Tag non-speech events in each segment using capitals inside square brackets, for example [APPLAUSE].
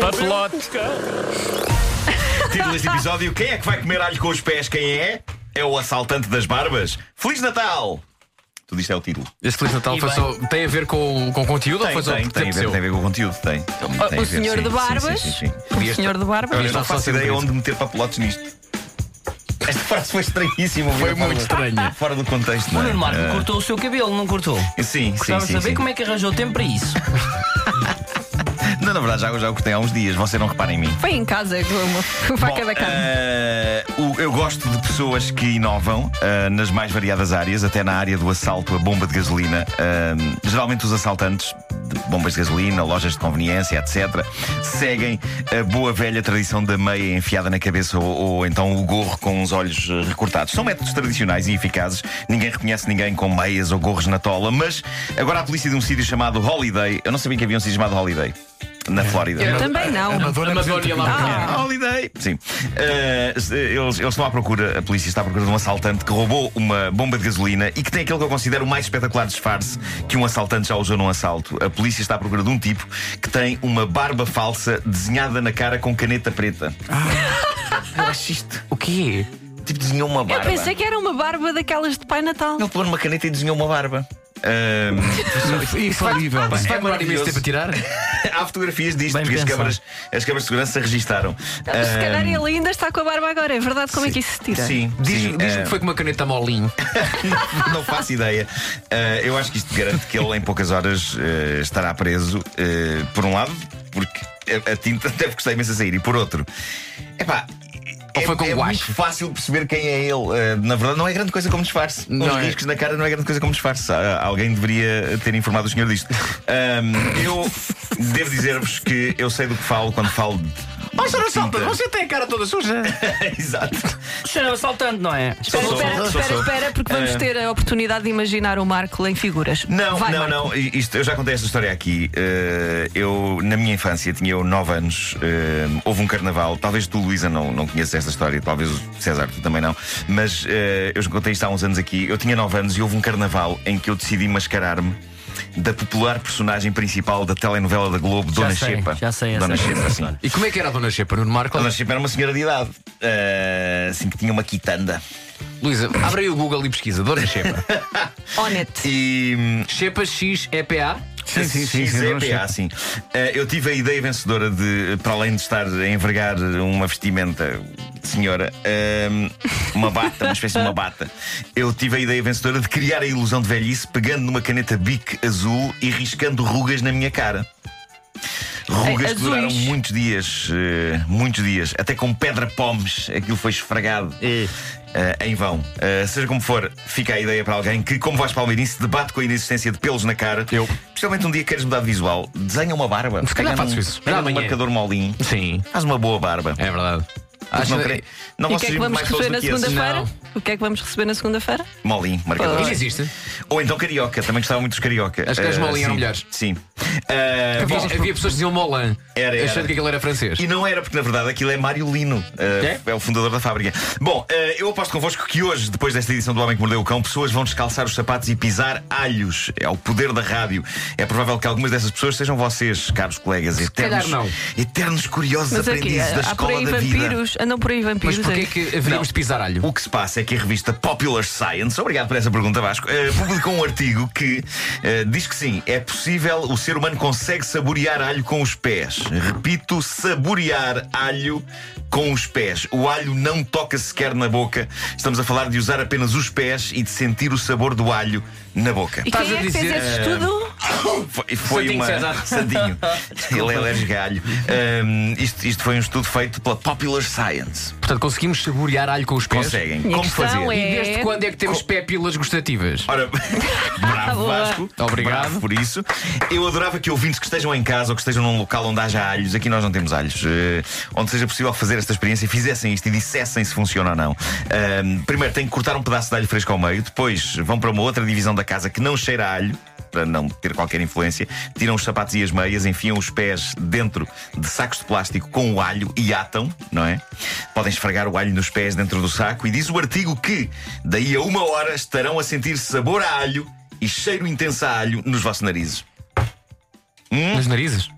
Papelote. Título deste episódio: Quem é que vai comer alho com os pés? Quem é? É o assaltante das barbas. Feliz Natal! Tudo isto é o título. Este Feliz Natal E foi bem. só, tem a ver com, o- com o conteúdo ou tem, foi só tem, porque tem, a ver, apeteceu? tem a ver com o conteúdo, tem. Ah, Tem a o ver, senhor sim, de sim, barbas? Sim, sim, sim. O senhor de Eu barbas? não faço ideia onde meter papelotes nisto. Esta frase foi estranhíssima. ouvir Foi a falar muito estranha. Fora do contexto, O não é? Nuno Marco Ah, cortou o seu cabelo, não cortou? Sim, sim, Gostava de sim, saber sim. como é que arranjou tempo para isso. Não, na verdade, já, já o cortei há uns dias. Você não repara em mim. Foi em casa, é com a faca Bom, da carne. eh, o- eu gosto de pessoas que inovam eh, nas mais variadas áreas, até na área do assalto à bomba de gasolina. Eh, geralmente os assaltantes de bombas de gasolina, lojas de conveniência, etc., seguem a boa velha tradição da meia enfiada na cabeça ou, ou então o gorro com os olhos eh, recortados. São métodos tradicionais e eficazes. Ninguém reconhece ninguém com meias ou gorros na tola, mas agora a polícia de um sítio chamado Holiday. Eu não sabia que havia um sítio chamado Holiday. Na Flórida. Eu também não. eh, A Madonna lá Ah. Ah, Holiday. Sim. Eh, se- eles, eles estão à procura, a polícia está à procura de um assaltante que roubou uma bomba de gasolina e que tem aquele que eu considero o mais espetacular disfarce que um assaltante já usou num assalto. A polícia está à procura de um tipo que tem uma barba falsa desenhada na cara com caneta preta. Eu acho isto. O quê? O tipo desenhou uma Eu barba. pensei que era uma barba daquelas de Pai Natal. Ele pegou numa caneta e desenhou uma barba. Ahm, Infalível. É Isso vai demorar imenso maravilhoso. tempo a tirar? [LAUGHS] há fotografias disto, Bem porque as pensado. câmaras, as câmaras de segurança registaram. Então, Se calhar ele ainda está com a barba agora, é verdade? Como é que isso se tira? Eh, Sim, Diz- sim, Diz-me eh, que foi com uma caneta molinho. [LAUGHS] não faço ideia. Eh, eu acho que isto garante que ele em poucas horas eh, estará preso. eh, por um lado, porque a, a tinta [LAUGHS] deve custar imenso a sair, e por outro, epá, é foi com é guache? muito fácil perceber quem é ele. Eh, na verdade, não é grande coisa como disfarce. Não Os é. riscos na cara não é grande coisa como disfarce. Ah, alguém deveria ter informado o senhor disto. Ahm, eu devo dizer-vos que eu sei do que falo quando falo de. Ó, Sr. Assaltante, você tem a cara toda suja. [LAUGHS] Exato. Cheirava saltando, não é? Espera, Sou, espera, sou, espera, sou. espera, porque vamos Eh. ter a oportunidade de imaginar o Marco em figuras. Não, Vai, não, Marco. não. I- Isto, eu já contei esta história aqui. Eh, eu, na minha infância, tinha eu 9 anos. eh, houve um carnaval. Talvez tu, Luísa, não, não conheças esta história. Talvez o César, tu também não. Mas eh, eu já contei isto há uns anos aqui. Eu tinha 9 anos e houve um carnaval em que eu decidi mascarar-me da popular personagem principal da telenovela da Globo, Dona sei, Xepa. já sei essa Dona história. Xepa, sim. E como é que era a Dona Xepa? Nuno Marco? A Dona Xepa era uma senhora de idade. eh, assim que tinha uma quitanda. Luísa, abre aí o Google e pesquisa. [LAUGHS] Dona Xepa. Onet. E. hum, Xepa X-E-P-A. Sim, sim, sim. XEPA, sim. Eh, eu tive a ideia vencedora de, para além de estar a envergar uma vestimenta de senhora, ehm, uma bata, uma espécie de uma bata, eu tive a ideia vencedora de criar a ilusão de velhice pegando numa caneta bic azul e riscando rugas na minha cara. Rugas Ei, que duraram azuis. muitos dias, eh, muitos dias, até com pedra pomes, aquilo foi esfregado. Eh, em vão. Eh, seja como for, fica a ideia para alguém que, como Vasco Palmeirense, debate com a inexistência de pelos na cara. Eu. Especialmente um dia que queres mudar de visual, desenha uma barba. Se calhar Pega faço num- isso. Pega Já um amanhã. marcador molinho, Sim, faz uma boa barba. é verdade. Porque Acho não, que E querem- não o vão que é que surgir vamos mais pelos receber do na que esse. segunda-feira? Não. O que é que vamos receber na segunda-feira? Molinho, marcador. Pois. Isto existe. Ou então carioca, também gostava muito dos carioca. Acho que as Eh, molinho eram sim. melhores. Sim. Eh, Havia, bom, havia pessoas que diziam Molan, Era, era. achando que aquilo era francês. E não era, porque na verdade aquilo é Mário Lino, eh, é? o fundador da fábrica. Bom, eh, eu aposto convosco que hoje, depois desta edição do Homem que Mordeu o Cão, pessoas vão descalçar os sapatos e pisar alhos. É o poder da rádio. É provável que algumas dessas pessoas sejam vocês, caros colegas, eternos, calhar eternos curiosos Mas aqui, aprendizes da há por escola aí da vida. vampiros. Andam por aí Mas vampiros. porquê é? assim. que haveríamos de pisar alho? O que se passa é que a revista Popular Science, obrigado por essa pergunta, Vasco, eh, publicou um artigo que eh, diz que sim, é possível, o ser humano consegue saborear alho com os pés. Repito, saborear alho com os pés. O alho não toca sequer na boca. Estamos a falar de usar apenas os pés e de sentir o sabor do alho na boca. E Estás quem a é que fez dizer, esse eh, estudo? Foi, foi Santinho, uma. César. [LAUGHS] Santinho. Ele é alérgico a alho. Ahm, isto, isto foi um estudo feito pela Popular Science. Portanto, conseguimos saborear alho com os pés. Conseguem. Minha Como questão fazer? é- E desde quando é que temos pépilas gustativas? Ora, [LAUGHS] bravo [LAUGHS] Boa. Vasco. Obrigado. Bravo por isso. Eu adorava que ouvintes que estejam em casa ou que estejam num local onde haja alhos, aqui nós não temos alhos, eh, onde seja possível fazer esta experiência, fizessem isto e dissessem se funciona ou não. Ahm, primeiro têm que cortar um pedaço de alho fresco ao meio, depois vão para uma outra divisão da casa que não cheira a alho. Para não ter qualquer influência, tiram os sapatos e as meias, enfiam os pés dentro de sacos de plástico com o alho e atam, não é? Podem esfregar o alho nos pés dentro do saco e diz o artigo que daí a uma hora estarão a sentir sabor a alho e cheiro intenso a alho nos vossos narizes. Nos narizes?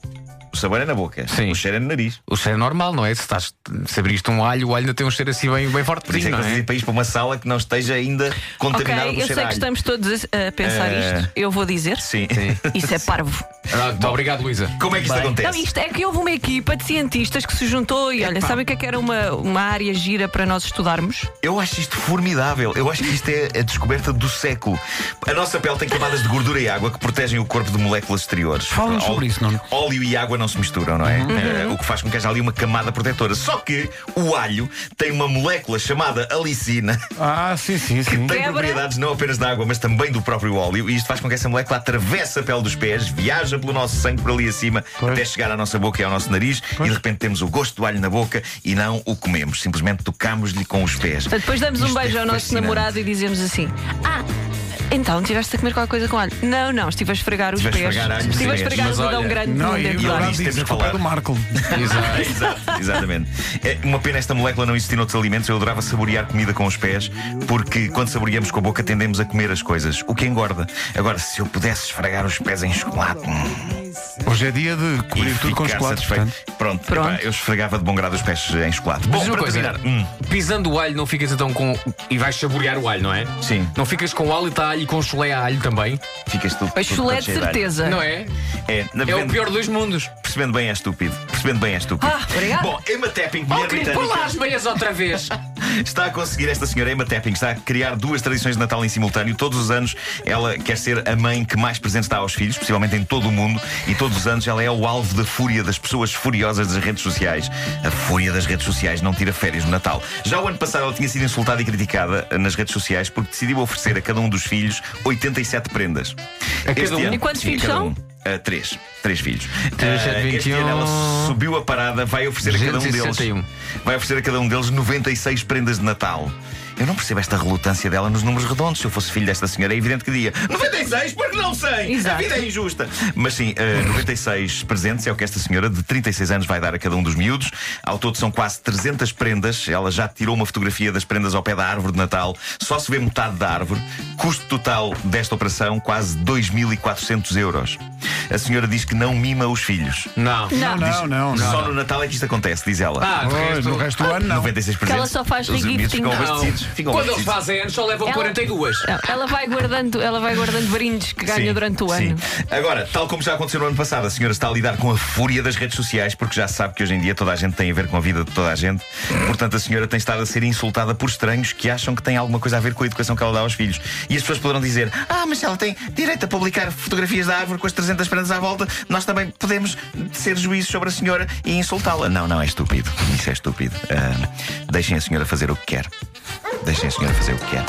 O sabor é na boca. Sim. O cheiro é no nariz. O cheiro é normal, não é? Se, estás, se abriste um alho, o alho ainda tem um cheiro assim bem, bem Por isso fortezinho, é que não eu é? fazia país para uma sala que não esteja ainda Ok, contaminada por eu cheiro sei a que alho. estamos todos a pensar Eh, isto. Eu vou dizer. Sim. Isso é parvo. Ah, muito obrigado, Luísa. [LAUGHS] Como é que isto Bem. acontece? Não, isto é que houve uma equipa de cientistas que se juntou e olha, sabem o que é que era uma, uma área gira para nós estudarmos? Eu acho isto formidável. Eu acho que isto é a descoberta do século. A nossa pele tem camadas de gordura e água que protegem o corpo de moléculas exteriores. Fala-nos Óleo- sobre isso, Nuno. Óleo e água não se misturam, não é? Uhum. Eh, o que faz com que haja ali uma camada protetora. Só que o alho tem uma molécula chamada alicina Ah, sim, sim, tem sim. Quebra. propriedades não apenas da água, mas também do próprio óleo, e isto faz com que essa molécula atravesse a pele dos pés, viaja pelo nosso sangue por ali acima, Pois. até chegar à nossa boca e ao nosso nariz, e de repente temos o gosto do alho na boca e não o comemos, simplesmente tocamos-lhe com os pés. Portanto, depois damos um Isto é beijo ao nosso fascinante. namorado e dizemos assim: Ah, então tiveste a comer qualquer coisa com alho? Não, não, estive a esfregar os Estive a pés. esfregar alho, estive a sim. esfregar Mas o dedão olha, grande Não, no e dedo o do alho. Durão isto temos disse que que o pé falar. do Marco. é? [LAUGHS] Exato. Exato, exatamente. É uma pena esta molécula não existir noutros alimentos. Eu adorava saborear comida com os pés, porque quando saboreamos com a boca tendemos a comer as coisas, o que engorda. Agora, se eu pudesse esfregar os pés em chocolate. hum, Hoje é dia de cobrir tudo com ficar chocolate. satisfeito. portanto. Pronto, Pronto. epá, eu esfregava de bom grado os pés em chocolate. Mas bom, diz uma para coisa, terminar, hum, pisando o alho não ficas então com. E vais saborear o alho, não é? Sim. Não ficas com alho e tá alho e com chulé a alho também? ficas tudo. A tudo chulé todo de cheio de alho. certeza. Não é? É, na É venda- o pior dos mundos. Percebendo bem é estúpido. Percebendo bem é estúpido. Ah, obrigada. Bom, Emma Tapping, mulher Oh, querido, põe lá britânica, as meias outra vez. está a conseguir, esta senhora Emma Tapping, está a criar duas tradições de Natal em simultâneo. Todos os anos ela quer ser a mãe que mais presente está aos filhos, possivelmente em todo o mundo, e todos os anos ela é o alvo da fúria das pessoas furiosas das redes sociais. A fúria das redes sociais não tira férias no Natal. Já o ano passado ela tinha sido insultada e criticada eh, nas redes sociais porque decidiu oferecer a cada um dos filhos 87 prendas. cada Este um? ano- E quantos Sim, a filhos cada são? um. Ah, três. Três filhos. Três, Ah, sete, este ano ela 21. subiu a parada, vai oferecer a cada um deles. 261. Vai oferecer a cada um deles 96 prendas de Natal. Eu não percebo esta relutância dela nos números redondos. Se eu fosse filho desta senhora, é evidente que dia 96, porque não sei! Exato. A vida é injusta! Mas sim, eh, 96 presentes é o que esta senhora de 36 anos vai dar a cada um dos miúdos. Ao todo são quase 300 prendas. Ela já tirou uma fotografia das prendas ao pé da árvore de Natal. Só se vê metade da árvore. Custo total desta operação, quase 2.400 euros. A senhora diz que não mima os filhos. Não. Não, Não, não, não. Só no Natal é que isto acontece, diz ela. Ah, de Pois, resto, no resto do ano, não. 96 Que presentes. ela só faz Os miúdos regift ficam em casa. abastecidos, ficam Quando eles abastecidos. fazem anos, só levam Ela- 42. Não, ela vai guardando, ela vai guardando brindes que ganha Sim, durante o sim. ano. Agora, tal como já aconteceu no ano passado, a senhora está a lidar com a fúria das redes sociais, porque já sabe que hoje em dia toda a gente tem a ver com a vida de toda a gente. Portanto, a senhora tem estado a ser insultada por estranhos que acham que tem alguma coisa a ver com a educação que ela dá aos filhos. E as pessoas poderão dizer: Ah, mas ela tem direito a publicar fotografias da árvore com as 300 prendas à volta, nós também podemos ser juízes sobre a senhora e insultá-la. Não, não, é estúpido. Isso é estúpido. Ah, deixem a senhora fazer o que quer. Deixem a senhora fazer o que quer.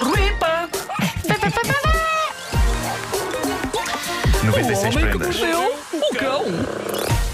Ripa! 96 O homem que prendas. mordeu o cão!